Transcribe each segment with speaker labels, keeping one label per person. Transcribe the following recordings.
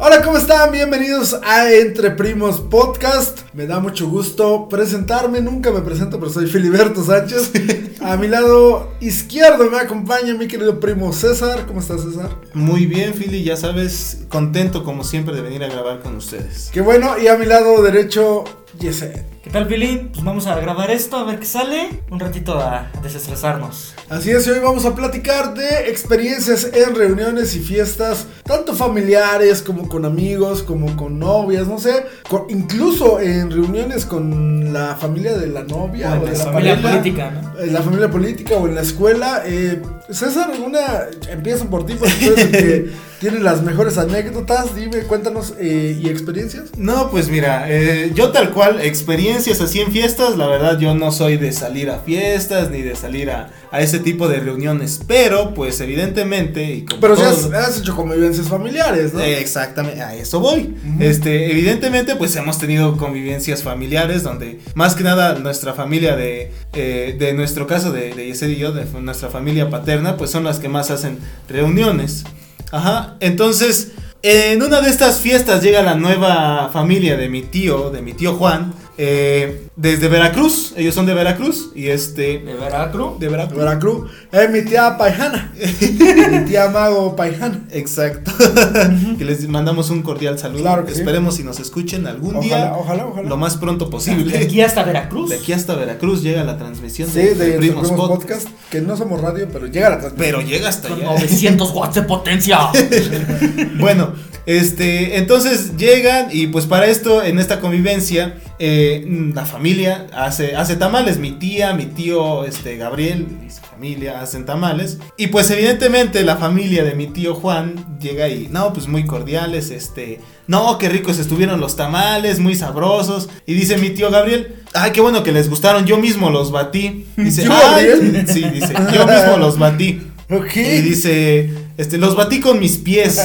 Speaker 1: Hola, ¿cómo están? Bienvenidos a Entre Primos Podcast. Me da mucho gusto presentarme. Nunca me presento, pero soy Filiberto Sánchez. A mi lado izquierdo me acompaña mi querido primo César. ¿Cómo estás, César?
Speaker 2: Muy bien, Philly, ya sabes, contento como siempre de venir a grabar con ustedes.
Speaker 1: Qué bueno. Y a mi lado derecho, Yeset.
Speaker 3: ¿Qué tal, Billy? Pues vamos a grabar esto, a ver qué sale. Un ratito a desestresarnos.
Speaker 1: Así es, y hoy vamos a platicar de experiencias en reuniones y fiestas, tanto familiares como con amigos, como con novias, no sé, con- incluso en reuniones con la familia de la novia
Speaker 3: Bueno,
Speaker 1: o de
Speaker 3: es
Speaker 1: la
Speaker 3: familia
Speaker 1: pareja,
Speaker 3: política, ¿no?
Speaker 1: En la familia política o en la escuela. Eh, César, alguna. Empiezo por ti, porque tú eres el que tiene las mejores anécdotas. Dime, cuéntanos, eh, ¿y experiencias?
Speaker 2: No, pues mira, eh, yo tal cual, experiencias así en fiestas, la verdad yo no soy de salir a fiestas ni de salir a, a ese tipo de reuniones, pero pues evidentemente... Y como
Speaker 1: Pero si
Speaker 2: todos-
Speaker 1: has, has hecho convivencias familiares, ¿no?
Speaker 2: Eh, Exactamente, a eso voy.
Speaker 1: Ujú.
Speaker 2: Este, evidentemente, pues hemos tenido convivencias familiares donde más que nada nuestra familia de, eh, de nuestro caso de, de Yesed y yo, de f- nuestra familia paterna, pues son las que más hacen reuniones. Ajá, entonces, en una de estas fiestas llega la nueva familia de mi tío, de mi tío Juan, eh, desde Veracruz, ellos son de Veracruz, y este,
Speaker 3: De Veracruz.
Speaker 2: de Veracruz.
Speaker 1: Veracruz. Es mi tía Paijana. mi tía Mago Paijana.
Speaker 2: Exacto. que les mandamos un cordial saludo.
Speaker 1: Claro que sí.
Speaker 2: Esperemos si nos escuchen algún
Speaker 1: Ojalá,
Speaker 2: día.
Speaker 1: ojalá, ojalá.
Speaker 2: lo más pronto posible.
Speaker 3: De aquí hasta Veracruz.
Speaker 2: De aquí hasta Veracruz llega la transmisión
Speaker 1: Sí, de
Speaker 2: Primos
Speaker 1: Primos
Speaker 2: Pod-
Speaker 1: podcast, que no somos radio, pero llega la transmisión.
Speaker 2: Pero llega hasta
Speaker 3: Con
Speaker 2: allá.
Speaker 3: 900 watts de potencia.
Speaker 2: bueno, este, entonces llegan y pues para esto, en esta convivencia, eh, la familia hace, hace tamales. Mi tía, mi tío, este, Gabriel y su familia hacen tamales. Y pues evidentemente la familia de mi tío Juan llega y, no, pues muy cordiales, este, no, qué ricos estuvieron los tamales, muy sabrosos. Y dice mi tío Gabriel, ay, qué bueno que les gustaron, yo mismo los batí. Dice,
Speaker 1: ¿Yo,
Speaker 2: "Ay",
Speaker 1: Gabriel?
Speaker 2: sí, dice, yo mismo los batí.
Speaker 1: Ok.
Speaker 2: Y dice, este, los batí con mis pies.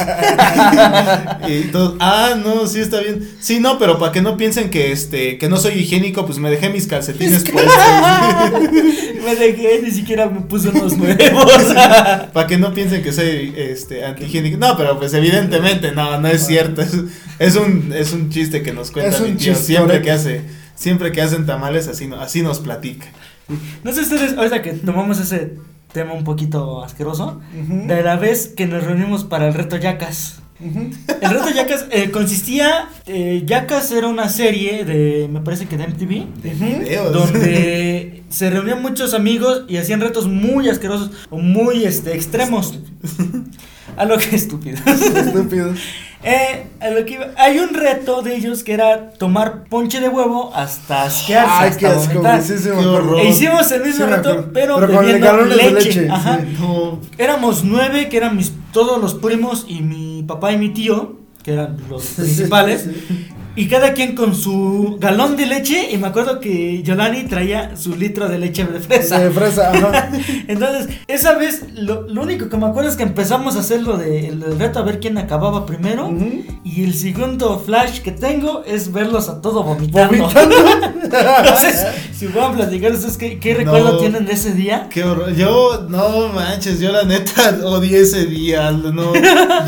Speaker 2: y todos, ah, no, sí está bien. Sí, no, pero para que no piensen que este, que no soy higiénico, pues me dejé mis calcetines
Speaker 3: me dejé, ni siquiera me puse unos nuevos.
Speaker 2: Para que no piensen que soy este antihigiénico. No, pero pues evidentemente, no, no es cierto. Es, es un es un chiste que nos cuenta
Speaker 1: Es un
Speaker 2: mi tío
Speaker 1: chiste,
Speaker 2: siempre
Speaker 1: correcto.
Speaker 2: que hace siempre que hacen tamales así no- así nos platica.
Speaker 3: no sé ustedes, ahorita que tomamos ese tema un poquito asqueroso,
Speaker 1: Ujú,
Speaker 3: de la vez que nos reunimos para el reto Yacas.
Speaker 1: ujú.
Speaker 3: El reto Yacas eh, consistía. eh, Yacas era una serie de. Me parece que de MTV.
Speaker 1: ¿Eh?
Speaker 2: Videos.
Speaker 3: donde se reunían muchos amigos y hacían retos muy asquerosos o muy este, extremos. A lo que estúpido.
Speaker 1: Estúpido.
Speaker 3: Eh, a lo que iba- Hay un reto de ellos que era tomar ponche de huevo hasta asquearse.
Speaker 1: Ay,
Speaker 3: hasta
Speaker 1: qué asco.
Speaker 3: vomitar.
Speaker 1: sí, sí, me
Speaker 2: Qué
Speaker 1: acuerdo.
Speaker 2: horror.
Speaker 3: E hicimos el mismo
Speaker 1: Sí, me
Speaker 3: reto,
Speaker 1: acuerdo.
Speaker 3: pero,
Speaker 1: Pero con
Speaker 3: bebiendo
Speaker 1: galones de
Speaker 3: leche.
Speaker 1: leche,
Speaker 3: Ajá.
Speaker 1: sí.
Speaker 2: No.
Speaker 3: Éramos nueve, que eran mis, todos los primos y mi papá y mi tío, que eran los principales. Y cada quien con su galón de leche. Y me acuerdo que Yolani traía su litro de leche de fresa.
Speaker 1: De fresa, ajá.
Speaker 3: Entonces, esa vez, lo, lo único que me acuerdo es que empezamos a hacer lo de- el del reto a ver quién acababa primero.
Speaker 1: Ujú.
Speaker 3: Y el segundo flash que tengo es verlos a todo vomitando.
Speaker 1: Vomitando.
Speaker 3: Entonces, si van a platicar ustedes qué, qué recuerdo
Speaker 2: No.
Speaker 3: tienen de ese día.
Speaker 2: Qué horror. Yo, no manches, yo la neta odié ese día. No,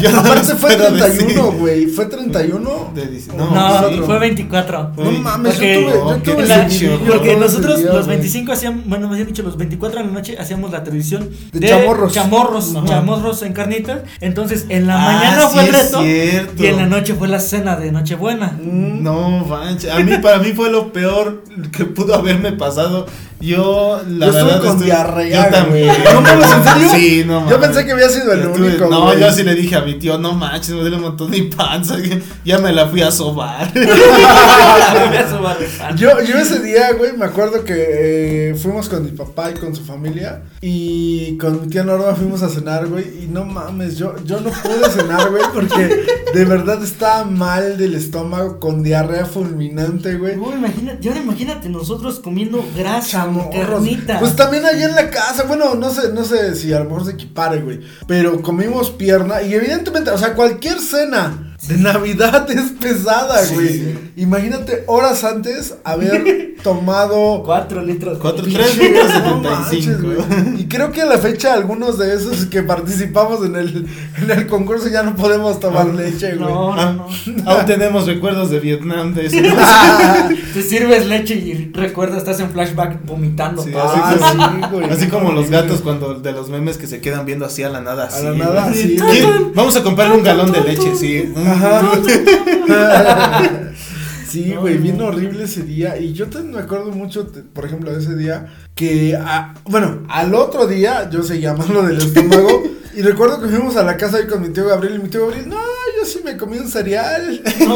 Speaker 2: yo no
Speaker 1: Aparte fue
Speaker 2: puedo
Speaker 1: 31,
Speaker 2: decir.
Speaker 1: güey. Fue 31.
Speaker 2: De dice-
Speaker 1: No,
Speaker 2: no,
Speaker 3: No,
Speaker 1: sí.
Speaker 3: fue 24.
Speaker 1: No mames,
Speaker 3: Porque-
Speaker 1: yo tuve, yo
Speaker 2: porque
Speaker 1: tuve
Speaker 2: la-
Speaker 1: ese día,
Speaker 2: Qué
Speaker 3: Porque
Speaker 1: horror
Speaker 3: nosotros
Speaker 1: ese día,
Speaker 3: los
Speaker 1: güey.
Speaker 3: 25 hacíamos, bueno, me habían dicho los 24 de la noche hacíamos la tradición
Speaker 1: De chamorros.
Speaker 3: chamorros,
Speaker 2: Ajá.
Speaker 3: chamorros en carnitas. Entonces, en la
Speaker 2: Ah,
Speaker 3: mañana fue
Speaker 2: sí
Speaker 3: el
Speaker 2: es
Speaker 3: reto
Speaker 2: cierto.
Speaker 3: y en la noche fue la cena de Nochebuena.
Speaker 1: Mm,
Speaker 2: No, manches. A mí, para mí fue lo peor que pudo haberme pasado. Yo, la
Speaker 1: Yo estuve
Speaker 2: verdad.
Speaker 1: con diarrea,
Speaker 2: Yo también.
Speaker 1: güey. ¿No mames, en serio?
Speaker 2: Sí, no mames.
Speaker 1: Yo pensé que había sido el
Speaker 2: Yo estuve-
Speaker 1: único,
Speaker 2: No,
Speaker 1: güey.
Speaker 2: yo sí le dije a mi tío, no manches, me duele un montón mi panza. Ya me la fui a sobar.
Speaker 3: Eso va a dejar.
Speaker 1: Yo, yo ese día, güey, me acuerdo que eh, fuimos con mi papá y con su familia. Y con mi tía Norma fuimos a cenar, güey. Y no mames, yo, yo no pude cenar, güey, porque de verdad estaba mal del estómago con diarrea fulminante, güey.
Speaker 3: Uy, imagínate, y ahora imagínate nosotros comiendo grasa,
Speaker 1: Chamorros.
Speaker 3: carnita.
Speaker 1: Pues también allá en la casa, bueno, no sé, no sé si a lo mejor se equipare, güey. Pero comimos pierna y evidentemente, o sea, cualquier cena de Navidad es pesada,
Speaker 2: Sí,
Speaker 1: güey.
Speaker 2: sí.
Speaker 1: Imagínate horas antes haber tomado.
Speaker 3: 4 litros. de
Speaker 2: Cuatro,
Speaker 3: pinche-
Speaker 2: tres litros setenta y
Speaker 1: manches,
Speaker 2: cinco.
Speaker 1: güey. Y creo que a la fecha algunos de esos que participamos en el, en el concurso ya no podemos tomar leche, güey.
Speaker 3: No,
Speaker 2: Ah.
Speaker 3: no, no.
Speaker 2: Aún tenemos recuerdos de Vietnam de eso.
Speaker 3: Te sirves leche y recuerdas, estás en flashback vomitando.
Speaker 2: Sí,
Speaker 3: pa.
Speaker 1: Ah,
Speaker 2: así, como-
Speaker 1: sí, güey.
Speaker 2: así como los gatos cuando de los memes que se quedan viendo así a la nada. Así,
Speaker 1: la nada, así.
Speaker 2: güey. ¿Quién? Vamos a comprar un galón de leche, sí.
Speaker 3: Ah,
Speaker 1: Ajá. Sí,
Speaker 3: No,
Speaker 1: güey,
Speaker 3: no.
Speaker 1: bien horrible ese día. Y yo te- me acuerdo mucho, te- por ejemplo, de ese día, que, a- bueno, al otro día yo seguía malo del estómago. y recuerdo que fuimos a la casa ahí con mi tío Gabriel. Y mi tío Gabriel, no, yo sí me comí un cereal.
Speaker 3: No,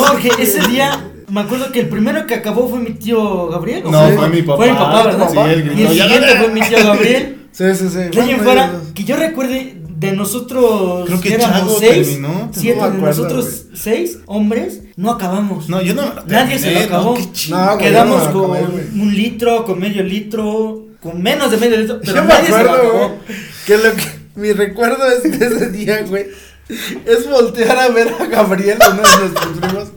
Speaker 3: no, porque ese día me acuerdo que el primero que acabó fue mi tío Gabriel. ¿o
Speaker 2: No,
Speaker 1: Sí.
Speaker 2: fue mi papá.
Speaker 3: Fue mi papá, ¿verdad?
Speaker 2: Sí, él gritó,
Speaker 3: Y el
Speaker 2: "Ya
Speaker 3: siguiente
Speaker 2: gané".
Speaker 3: fue mi tío Gabriel.
Speaker 1: Sí, sí, sí.
Speaker 3: De ahí en
Speaker 1: Bueno,
Speaker 3: fuera,
Speaker 1: ellos-
Speaker 3: que yo recuerde de nosotros
Speaker 2: Creo que
Speaker 3: que éramos
Speaker 2: Chago
Speaker 3: seis,
Speaker 2: terminó.
Speaker 3: siete,
Speaker 1: No me
Speaker 3: de
Speaker 1: acuerdo,
Speaker 3: nosotros seis hombres, no acabamos.
Speaker 2: No, yo no me lo
Speaker 3: Nadie se lo
Speaker 2: terminé,
Speaker 3: acabó.
Speaker 2: no, qué chingada.
Speaker 1: Ah, No, güey,
Speaker 3: Quedamos
Speaker 1: yo me lo
Speaker 3: con
Speaker 1: acabé, güey.
Speaker 3: un litro, con medio litro, con menos de medio litro, pero
Speaker 1: yo me
Speaker 3: nadie se lo
Speaker 1: acuerdo,
Speaker 3: acabó.
Speaker 1: güey, que lo que mi recuerdo es de ese día, güey, es voltear a ver a Gabriel, uno de nuestros primos.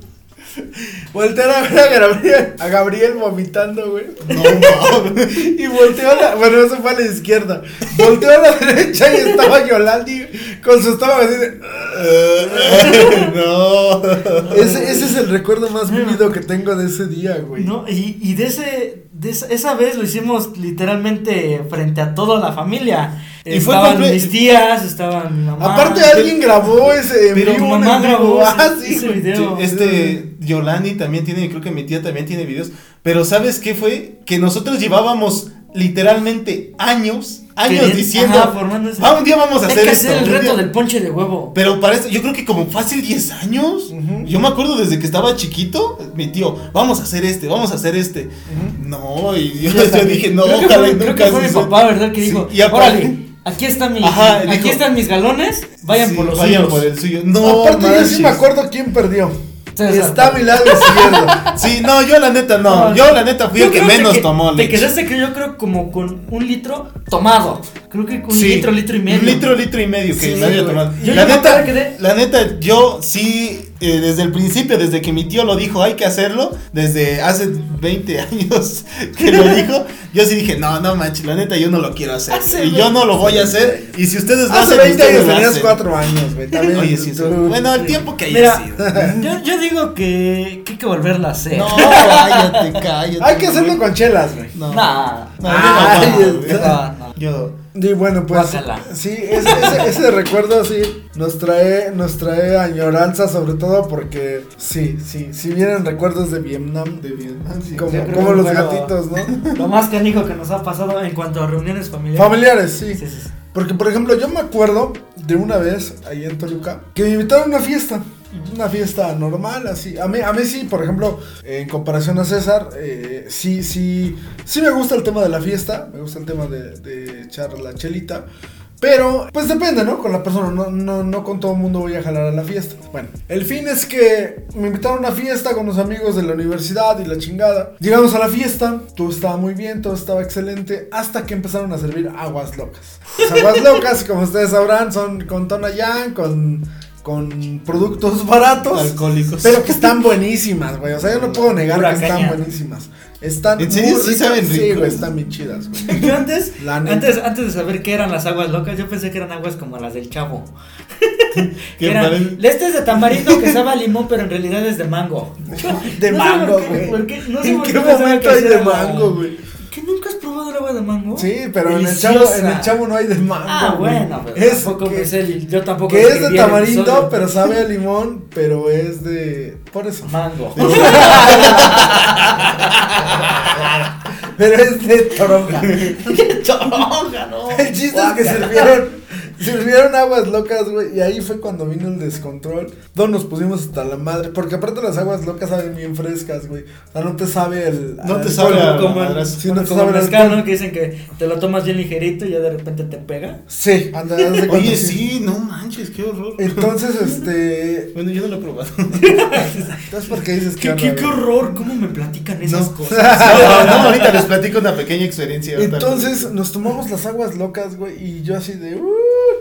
Speaker 1: Voltear a ver a Gabriel, a Gabriel vomitando, güey.
Speaker 2: No, mames.
Speaker 1: Y volteó a la. Bueno, eso fue a la izquierda. Volteó a la derecha y estaba Yolandi con su estómago así de.
Speaker 2: no.
Speaker 1: Ese, ese es el recuerdo más vivido que tengo de ese día, güey.
Speaker 3: No, y, y de ese, de esa, esa vez lo hicimos literalmente frente a toda la familia.
Speaker 2: Y fue
Speaker 3: estaban
Speaker 2: comple-
Speaker 3: mis tías, estaban mi mamá.
Speaker 1: Aparte, alguien grabó ese. en
Speaker 3: Pero
Speaker 1: vivo,
Speaker 3: tu
Speaker 1: un
Speaker 3: mamá
Speaker 1: en vivo.
Speaker 3: grabó
Speaker 1: Ah,
Speaker 3: ese-
Speaker 1: sí,
Speaker 3: ese
Speaker 1: güey.
Speaker 2: Sí,
Speaker 3: video.
Speaker 2: Este, Yolani también tiene, creo que mi tía también tiene videos. Pero ¿sabes qué fue? Que nosotros llevábamos literalmente años, años
Speaker 3: Querían-
Speaker 2: diciendo.
Speaker 3: ajá, formando ese-
Speaker 2: "Ah, un día vamos a
Speaker 3: Hay
Speaker 2: hacer
Speaker 3: que
Speaker 2: esto.
Speaker 3: hacer el
Speaker 2: un día".
Speaker 3: reto del ponche de huevo.
Speaker 2: Pero para esto, yo creo que como fácil 10 años.
Speaker 1: Ujú.
Speaker 2: Yo me acuerdo desde que estaba chiquito, mi tío, vamos a hacer este, vamos a hacer este.
Speaker 1: Ujú.
Speaker 2: No, y yo,
Speaker 3: Yo
Speaker 2: yo
Speaker 3: también.
Speaker 2: dije, no,
Speaker 3: creo que
Speaker 2: ojalá
Speaker 3: fue,
Speaker 2: y
Speaker 3: creo
Speaker 2: nunca
Speaker 3: que fue mi
Speaker 2: se-
Speaker 3: papá, ¿verdad? Que
Speaker 2: Sí,
Speaker 3: dijo,
Speaker 2: y aparte-
Speaker 3: órale, aquí, está mi,
Speaker 2: Ajá,
Speaker 3: aquí
Speaker 2: dijo-
Speaker 3: están mis galones, vayan
Speaker 2: Sí,
Speaker 3: por los
Speaker 2: vayan
Speaker 3: suyos.
Speaker 2: por el suyo. No,
Speaker 1: Aparte, yo sí
Speaker 2: manches.
Speaker 1: me acuerdo quién perdió.
Speaker 3: César.
Speaker 1: Está a mi lado izquierdo.
Speaker 2: Sí, no, yo la neta no.
Speaker 3: No,
Speaker 2: Yo la neta fui
Speaker 3: Yo
Speaker 2: el que
Speaker 3: creo
Speaker 2: menos
Speaker 3: te que-
Speaker 2: tomó
Speaker 3: Te
Speaker 2: leche.
Speaker 3: quedaste, creo, yo creo, como con un litro tomado. Creo que con un
Speaker 2: Sí,
Speaker 3: litro, litro y medio.
Speaker 2: Un litro, litro y medio que
Speaker 1: Sí,
Speaker 2: nadie ha
Speaker 1: güey.
Speaker 2: tomado.
Speaker 3: Yo
Speaker 2: la,
Speaker 3: ya me
Speaker 2: neta,
Speaker 3: acuerdo que de-
Speaker 2: la neta, yo sí, eh, desde el principio, desde que mi tío lo dijo, hay que hacerlo, desde hace 20 años que lo dijo, yo sí dije, no, no manches, la neta, yo no lo quiero hacer.
Speaker 3: Hace
Speaker 2: y yo no lo voy a hacer. Y si ustedes lo
Speaker 1: Hace
Speaker 2: hacen,
Speaker 1: 20
Speaker 2: ustedes
Speaker 1: años
Speaker 2: lo
Speaker 1: tenías
Speaker 2: hacen.
Speaker 1: 4 años, güey. También.
Speaker 2: Oye, sí, sí.
Speaker 1: tú-
Speaker 2: Bueno, el tiempo que haya
Speaker 3: Mira.
Speaker 2: sido.
Speaker 3: Yo, yo digo que, que hay que volverla a hacer.
Speaker 2: No, cállate, cállate.
Speaker 1: Hay que hacerlo con chelas, güey.
Speaker 2: No.
Speaker 3: Nah.
Speaker 2: No,
Speaker 1: Ay,
Speaker 2: yo no,
Speaker 1: está-
Speaker 2: no, Yo.
Speaker 1: Y bueno, pues
Speaker 3: Guácala.
Speaker 1: sí, ese, ese- ese recuerdo sí nos trae, nos trae añoranza sobre todo porque sí, sí, si vienen recuerdos de Vietnam, de Vietnam,
Speaker 2: sí.
Speaker 1: como,
Speaker 3: Yo creo
Speaker 1: como
Speaker 3: que
Speaker 1: los
Speaker 3: me acuerdo-
Speaker 1: gatitos, ¿no?
Speaker 3: Lo más canijo que nos ha pasado en cuanto a reuniones familiares.
Speaker 1: Familiares, sí.
Speaker 3: Sí, sí, sí.
Speaker 1: Porque por ejemplo, yo me acuerdo de una vez ahí en Toluca que me invitaron a una fiesta. Una fiesta normal, así. A mí, a mí sí, por ejemplo, en comparación a César, eh, sí, sí, sí me gusta el tema de la fiesta, me gusta el tema de, de echar la chelita. Pero, pues depende, ¿no? Con la persona, no, no, no con todo el mundo voy a jalar a la fiesta. Bueno, el fin es que me invitaron a una fiesta con los amigos de la universidad y la chingada. Llegamos a la fiesta, todo estaba muy bien, todo estaba excelente, hasta que empezaron a servir aguas locas. Las aguas locas, como ustedes sabrán, son con Tonayán, con, con productos baratos.
Speaker 2: Alcohólicos.
Speaker 1: Pero que están buenísimas, güey. O sea, yo no puedo negar
Speaker 3: Pura
Speaker 1: que están
Speaker 3: caña.
Speaker 1: buenísimas. Están
Speaker 2: ¿En serio?
Speaker 1: muy
Speaker 2: Sí
Speaker 1: ricas,
Speaker 2: saben
Speaker 1: Sí,
Speaker 2: rico.
Speaker 1: güey, están bien chidas, güey.
Speaker 3: Yo antes,
Speaker 1: La neta.
Speaker 3: antes, antes de saber qué eran las aguas locas, yo pensé que eran aguas como las del chavo.
Speaker 2: Que
Speaker 3: Eran,
Speaker 2: pare-
Speaker 3: Este es de tamarindo que sabe a limón, pero en realidad es de mango.
Speaker 1: De
Speaker 3: No sé
Speaker 1: mango,
Speaker 3: por qué-
Speaker 1: güey.
Speaker 3: por qué- no sé
Speaker 1: ¿En
Speaker 3: por
Speaker 1: qué
Speaker 3: qué pensaba
Speaker 1: momento
Speaker 3: que
Speaker 1: hay de
Speaker 3: era la-
Speaker 1: mango, güey?
Speaker 3: ¿Qué nunca has probado el agua de mango?
Speaker 1: Sí, pero en el,
Speaker 3: Deliciosa.
Speaker 1: chavo, en el chavo no hay de mango.
Speaker 3: Ah,
Speaker 1: güey.
Speaker 3: bueno, pero
Speaker 1: es
Speaker 3: tampoco
Speaker 1: que,
Speaker 3: me sé pues, el- yo tampoco
Speaker 1: que es
Speaker 3: escribí
Speaker 1: de
Speaker 3: el
Speaker 1: tamarindo,
Speaker 3: episodio.
Speaker 1: pero sabe a limón, pero es de. Por eso.
Speaker 3: mango.
Speaker 1: Pero es de toronja.
Speaker 3: Toronja, no.
Speaker 1: El chiste es que
Speaker 3: Guácala.
Speaker 1: sirvieron, sirvieron aguas locas, güey. Y ahí fue cuando vino el descontrol. Todos nos pusimos hasta la madre. Porque aparte las aguas locas saben bien frescas, güey. O sea, no te sabe el.
Speaker 2: No te
Speaker 1: al-
Speaker 2: sabe a-
Speaker 3: como
Speaker 2: a-
Speaker 3: el,
Speaker 1: Sí, no te
Speaker 3: como
Speaker 1: sabe
Speaker 3: el
Speaker 1: el
Speaker 3: mezcal,
Speaker 1: alcohol.
Speaker 3: ¿no? Que dicen que te lo tomas bien ligerito y ya de repente te pega.
Speaker 1: Sí, anda, haz de cuenta,
Speaker 2: Oye, sí, no manches, qué horror.
Speaker 1: Entonces, este.
Speaker 2: Bueno, yo no lo he probado.
Speaker 1: Entonces, ¿por qué dices
Speaker 3: ¿Qué,
Speaker 1: que.?
Speaker 3: qué,
Speaker 1: habla,
Speaker 3: qué
Speaker 1: güey?
Speaker 3: horror, cómo me platican esas
Speaker 2: No.
Speaker 3: cosas.
Speaker 2: No, no, ahorita les platico una pequeña experiencia. ahorita.
Speaker 1: Entonces nos tomamos las aguas locas, güey, y yo así de, ¡uh,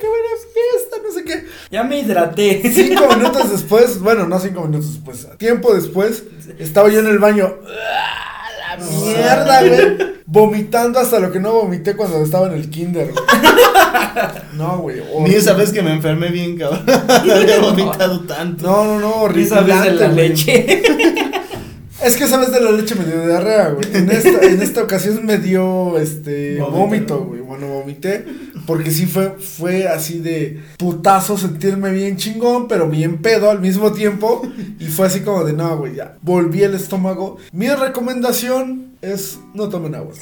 Speaker 1: qué buena fiesta! No sé qué.
Speaker 3: Ya me hidraté.
Speaker 1: Cinco minutos después, bueno, no cinco minutos después, tiempo después, estaba yo en el baño. ¡Ah, la mierda, güey! Vomitando hasta lo que no vomité cuando estaba en el kinder, güey. No, güey.
Speaker 2: Ni
Speaker 1: horrible.
Speaker 2: esa vez que me enfermé bien, cabrón. Había vomitado tanto.
Speaker 1: No, no, no,
Speaker 3: Y
Speaker 1: horrible.
Speaker 3: sabes de la leche.
Speaker 1: Es que esa vez de la leche me dio diarrea, güey. En esta, en esta ocasión me dio este
Speaker 2: Vómito.
Speaker 1: vómito, güey. Bueno, vomité. Porque sí fue, fue así de putazo sentirme bien chingón, pero bien pedo al mismo tiempo. Y fue así como de no, güey, ya. Volví el estómago. Mi recomendación es no tomen agua.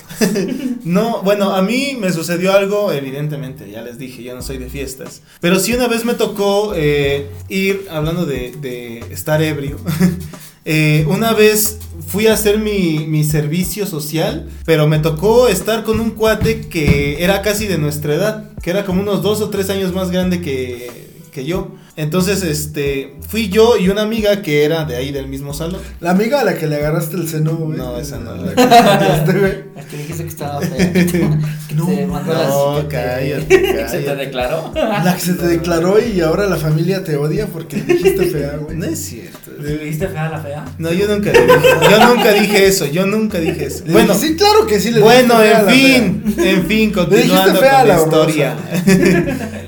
Speaker 2: No, bueno, a mí me sucedió algo, evidentemente, ya les dije, yo no soy de fiestas. Pero sí una vez me tocó eh, ir, hablando de, de estar ebrio, eh, una vez fui a hacer mi, mi servicio social, pero me tocó estar con un cuate que era casi de nuestra edad, que era como unos dos o tres años más grande que, que yo. Entonces, este, fui yo y una amiga que era de ahí del mismo salón.
Speaker 1: La amiga a la que le agarraste el seno, güey.
Speaker 2: No, esa no.
Speaker 1: La que le agarraste, güey.
Speaker 4: Es que dijiste que estaba fea.
Speaker 2: No,
Speaker 4: Se mandó las-
Speaker 2: no, cállate,
Speaker 4: ¿Se te
Speaker 2: cállate.
Speaker 4: declaró?
Speaker 1: La que se te declaró y ahora la familia te odia porque le dijiste fea, güey.
Speaker 2: No es cierto.
Speaker 4: ¿Le dijiste fea a la fea?
Speaker 2: No, yo nunca dije, yo nunca dije eso, yo nunca dije eso.
Speaker 1: Le
Speaker 2: Bueno,
Speaker 1: dije, sí, claro que sí. le
Speaker 2: bueno,
Speaker 1: dijiste fea a
Speaker 2: en
Speaker 1: la fea".
Speaker 2: fin, en fin,
Speaker 1: dijiste
Speaker 2: continuando
Speaker 1: fea a
Speaker 2: con la
Speaker 1: la
Speaker 2: historia.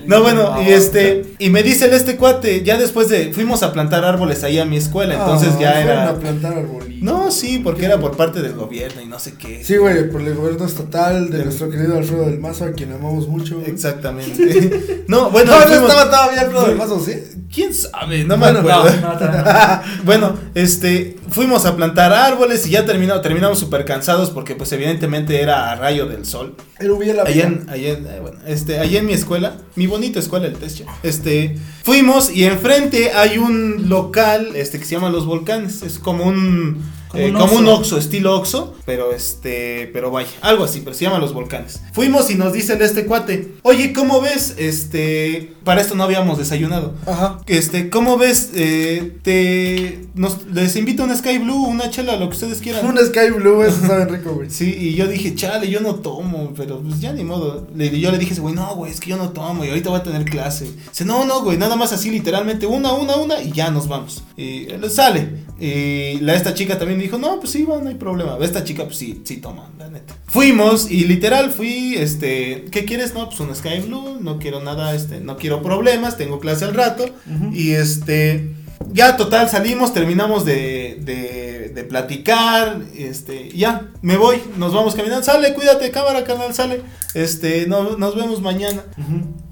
Speaker 2: No, bueno, y este, y me dice el este cuate, ya después de, fuimos a plantar árboles ahí a mi escuela, entonces
Speaker 1: Ah,
Speaker 2: ya
Speaker 1: fueron
Speaker 2: era.
Speaker 1: a plantar arbolitos.
Speaker 2: No, sí, porque era por parte del gobierno y no sé qué.
Speaker 1: Sí, güey, por el gobierno estatal de
Speaker 2: Sí.
Speaker 1: nuestro querido Alfredo del Mazo, a quien amamos mucho. güey.
Speaker 2: Exactamente. No, bueno,
Speaker 1: No, no
Speaker 2: fuimos-
Speaker 1: estaba todavía Alfredo del Mazo, ¿sí?
Speaker 2: ¿Quién sabe? No me
Speaker 1: Bueno,
Speaker 2: acuerdo.
Speaker 4: No, no, todavía no.
Speaker 2: Bueno, este, fuimos a plantar árboles y ya terminamos, terminamos súper cansados porque pues evidentemente era a rayo del sol.
Speaker 1: Él hubiera la
Speaker 2: Allá en, allá en- eh, bueno, este, allá en mi escuela, mi bonita escuela, el Techo, este, fuimos y enfrente hay un local, este, que se llama Los Volcanes, es como un,
Speaker 3: Como
Speaker 2: eh,
Speaker 3: un
Speaker 2: como un
Speaker 3: Oxxo.
Speaker 2: Oxxo, estilo Oxxo, pero este, pero vaya, algo así, pero se llama Los Volcanes. Fuimos y nos dicen este cuate, oye, ¿cómo ves? Este, para esto no habíamos desayunado.
Speaker 1: Ajá.
Speaker 2: Este, ¿cómo ves? Eh, te, nos, les invito un Sky Blue, una chela, lo que ustedes quieran.
Speaker 1: Un Sky Blue, güey, eso saben rico, güey.
Speaker 2: Sí, y yo dije, chale, yo no tomo, pero pues ya ni modo. Le, yo le dije a ese güey, no, güey, es que yo no tomo y ahorita voy a tener clase. Dice, no, no, güey, nada más así literalmente, una, una, una y ya nos vamos. Y él sale. Y la, esta chica también dijo, no, pues sí, va, no hay problema. Esta chica, pues sí, sí toma, la neta. Fuimos y literal fui, este, ¿qué quieres? No, pues un Sky Blue, no quiero nada, este, no quiero problemas, tengo clase al rato. Y este, ya total, salimos, terminamos de, de, de platicar, este, ya, me voy, nos vamos caminando, sale, cuídate, cámara, canal, sale, este, no- nos vemos mañana.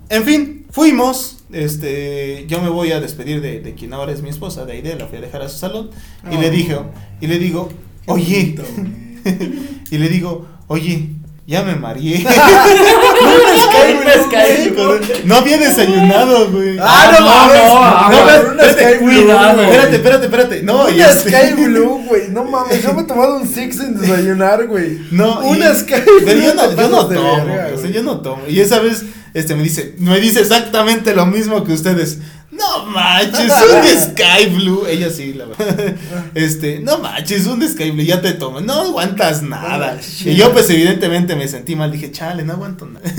Speaker 2: En fin, fuimos, este, yo me voy a despedir de, de quien ahora es mi esposa, de Aide, la fui a dejar a su salón, y le
Speaker 1: Oh.
Speaker 2: dije, y le digo, oye,
Speaker 1: Bonito, güey.
Speaker 2: y le digo, oye, ya me mareé.
Speaker 4: Un Sky Blue.
Speaker 2: no había desayunado, güey.
Speaker 1: Ah, no, mames.
Speaker 4: ah,
Speaker 2: no,
Speaker 1: güey,
Speaker 2: espérate,
Speaker 1: un Sky Blue.
Speaker 4: cuidado,
Speaker 1: güey.
Speaker 2: Espérate, espérate, espérate. No, y
Speaker 1: un
Speaker 2: este-
Speaker 1: Sky Blue, güey. No mames, yo me he tomado un Six sin desayunar, güey.
Speaker 2: No,
Speaker 1: un
Speaker 2: y-
Speaker 1: Sky
Speaker 2: Pero yo no,
Speaker 1: te
Speaker 2: yo no
Speaker 1: pasas de
Speaker 2: tomo,
Speaker 1: verga,
Speaker 2: güey, o sea,
Speaker 1: güey.
Speaker 2: yo no tomo. Y esa vez este, me dice, me dice exactamente lo mismo que ustedes. No manches, un Sky Blue. Ella sí, la verdad. Este, no manches, un Sky Blue, ya te tomo. No aguantas nada. Y yo, pues, evidentemente me sentí mal. Dije, chale, no aguanto nada.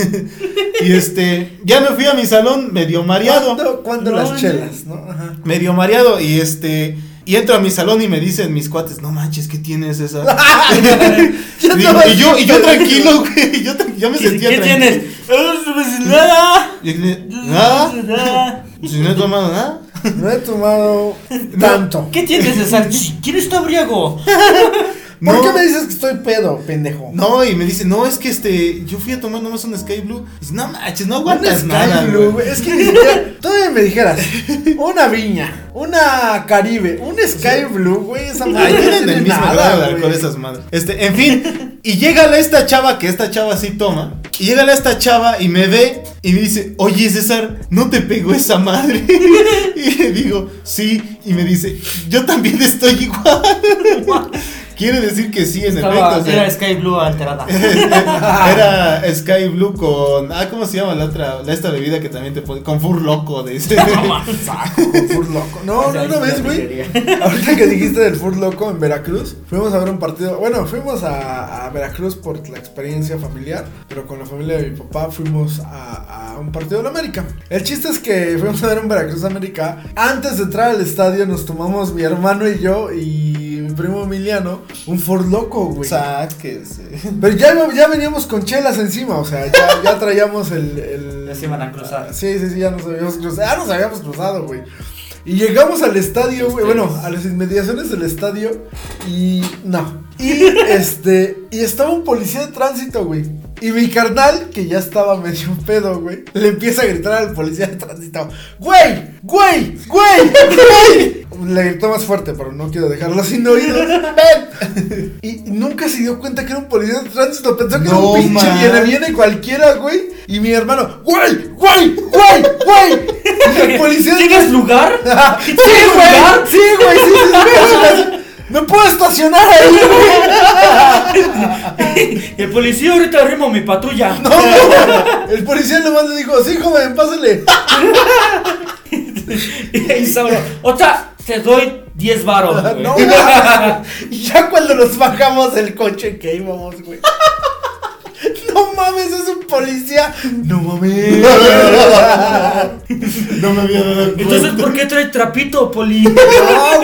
Speaker 2: Y este, ya me fui a mi salón medio mareado
Speaker 1: ¿Cuándo, cuándo
Speaker 3: No,
Speaker 1: las
Speaker 3: no.
Speaker 1: chelas, no? Ajá.
Speaker 2: medio mareado y este y entro a mi salón y me dicen mis cuates, no manches, ¿qué tienes esa? Digo,
Speaker 1: estaba
Speaker 2: y yo y yo tranquilo, güey, yo, tra- yo me
Speaker 3: ¿Qué,
Speaker 2: sentía
Speaker 3: qué
Speaker 2: tranquilo.
Speaker 3: tienes? "Ah, pues, nada.
Speaker 2: Y yo dije, ¿Nada?
Speaker 3: Nada.
Speaker 2: Si no he tomado nada.
Speaker 1: No he tomado tanto.
Speaker 3: ¿Qué tienes de salchicha? ¿Quién está briago?
Speaker 1: ¿Por
Speaker 2: No.
Speaker 1: qué me dices que estoy pedo, pendejo?
Speaker 2: No, y me dice, "No, es que este, yo fui a tomar nomás un Sky Blue." Dice, "No manches, no
Speaker 1: Un
Speaker 2: aguantas
Speaker 1: Sky
Speaker 2: nada."
Speaker 1: Blue,
Speaker 2: güey".
Speaker 1: güey. Es que ni siquiera- todavía me dijeras, una viña, una Caribe, un Sky Blue, güey, esa
Speaker 2: Ay,
Speaker 1: madre. no
Speaker 2: tienen
Speaker 1: tiene
Speaker 2: el mismo
Speaker 1: nada,
Speaker 2: grado de
Speaker 1: güey.
Speaker 2: alcohol esas madres. Este, en fin, y llega esta chava, que esta chava sí toma, y llega esta chava y me ve y me dice, oye César, ¿no te pegó esa madre? Y le digo, sí, y me dice, yo también estoy igual. Quiere decir que sí, en
Speaker 4: Estaba-
Speaker 2: efecto. o
Speaker 3: eh.
Speaker 2: sea,
Speaker 4: era Sky Blue alterada.
Speaker 2: Era Sky Blue con. Ah, ¿cómo se llama la otra? La esta bebida que también te pone. Con Fur Loco, dice.
Speaker 1: Fur Loco. No, no, una vez, güey. Ahorita que dijiste del Fur Loco en Veracruz, fuimos a ver un partido. Bueno, fuimos a, a Veracruz por la experiencia familiar, pero con la familia de mi papá fuimos a, a un partido de la América. El chiste es que fuimos a ver un Veracruz América. Antes de entrar al estadio, nos tomamos mi hermano y yo y mi primo Emiliano un Fur Loco, güey.
Speaker 2: Sáquese.
Speaker 1: Pero ya, no- ya veníamos con chelas encima, o sea, ya, ya traíamos el, el-
Speaker 4: Ya se iban a cruzar.
Speaker 1: Sí, sí, sí, ya nos habíamos cruzado. Ya nos habíamos cruzado, güey. Y llegamos al estadio, güey. Bueno, a las inmediaciones del estadio. Y. No. Y este. Y estaba un policía de tránsito, güey. Y mi carnal, que ya estaba medio pedo, güey, le empieza a gritar al policía de tránsito: ¡Güey! ¡Güey! ¡Güey! ¡Güey! Le gritó más fuerte, pero no quiero dejarlo sin oído. ¡Ven! Y nunca se dio cuenta que era un policía de tránsito. Pensó que era
Speaker 2: No,
Speaker 1: un pinche
Speaker 2: man.
Speaker 1: viene- viene cualquiera, güey. Y mi hermano, güey, güey, güey, güey. Y el policía. "Ah,
Speaker 4: ¿Tienes lugar?
Speaker 1: Sí, güey. Sí, güey. Sí, sí, sí, güey. Me puedo estacionar ahí, güey.
Speaker 3: El policía ahorita arrimo mi patrulla.
Speaker 1: No, güey. El policía nomás le dijo, sí, joven, pásale.
Speaker 4: Y Saulo, otra, te doy 10 varos. güey.
Speaker 1: No, mames. Y ya cuando nos bajamos del coche que íbamos, güey. No mames, es un policía. No mames.
Speaker 2: No me había dado cuenta.
Speaker 3: Entonces, ¿por qué trae trapito, poli?
Speaker 1: No,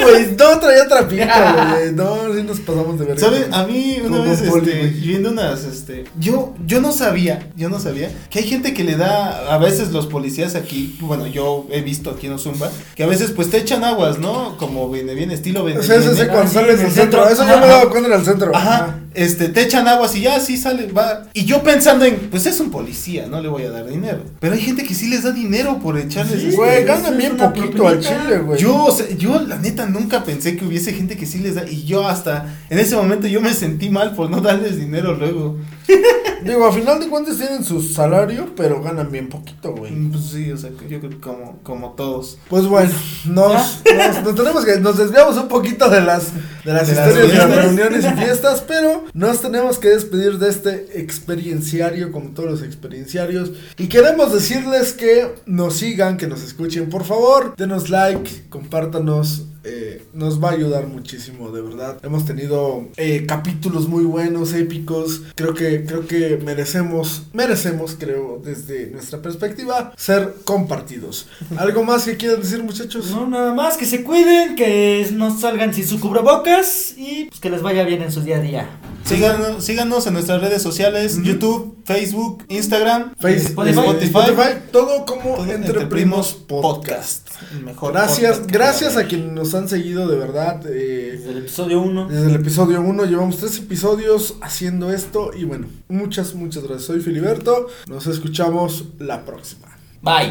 Speaker 1: güey. No traía trapito, güey. No, sí nos pasamos de verga.
Speaker 2: ¿Sabes? A mí una
Speaker 1: Como
Speaker 2: vez
Speaker 1: poli,
Speaker 2: este,
Speaker 1: güey.
Speaker 2: viendo unas este yo yo no sabía, yo no sabía que hay gente que le da a veces los policías aquí, bueno, yo he visto aquí en Ozumba, que a veces pues te echan aguas, ¿no? Como viene bien estilo viene,
Speaker 1: O sea, ese
Speaker 2: viene.
Speaker 1: es cuando sales del
Speaker 4: el
Speaker 1: centro.
Speaker 4: centro.
Speaker 1: Eso yo me he dado cuenta en el centro.
Speaker 2: Ajá, este, te echan aguas y ya, sí, sale, va. Y yo pensando en, pues es un policía, no le voy a dar dinero. Pero hay gente que sí les da dinero por echarles. este-
Speaker 1: Güey,
Speaker 3: es
Speaker 1: ganan bien
Speaker 3: una
Speaker 1: poquito al
Speaker 3: propinita.
Speaker 1: chile, güey.
Speaker 2: Yo, o sea, yo la neta nunca pensé que hubiese gente que sí les da. Y yo hasta en ese momento yo me sentí mal por no darles dinero luego.
Speaker 1: Digo, a final de cuentas tienen su salario, pero ganan bien poquito, güey.
Speaker 2: Mm, Pues sí, o sea, que yo creo que como, como todos.
Speaker 1: Pues bueno, nos, nos, nos tenemos que, nos desviamos un poquito de las, de las
Speaker 2: De las
Speaker 1: historias de las
Speaker 2: fiestas.
Speaker 1: reuniones y fiestas, pero nos tenemos que despedir de este experienciario, como todos los experienciarios. Y queremos decirles que nos sigan, que nos escuchen, por favor, denos like, compártanos, eh, nos va a ayudar muchísimo, de verdad. Hemos tenido eh, capítulos muy buenos, épicos. Creo que, creo que merecemos, merecemos, creo, desde nuestra perspectiva, ser compartidos. ¿Algo más que quieran decir, muchachos?
Speaker 3: No, nada más, que se cuiden, que no salgan sin su cubrebocas y pues, que les vaya bien en su día a día.
Speaker 2: Síganos, síganos en nuestras redes sociales, YouTube, Facebook, Instagram,
Speaker 1: Facebook,
Speaker 3: Spotify.
Speaker 1: Spotify, todo como
Speaker 2: todo
Speaker 1: Entre, Primos Podcast.
Speaker 2: El Mejor
Speaker 1: Gracias,
Speaker 2: podcast.
Speaker 1: gracias a quienes nos han seguido de verdad. eh,
Speaker 4: Desde el episodio 1.
Speaker 1: desde el episodio 1 llevamos tres episodios haciendo esto y bueno, muchas, muchas gracias. Soy Filiberto, nos escuchamos la próxima.
Speaker 4: Bye.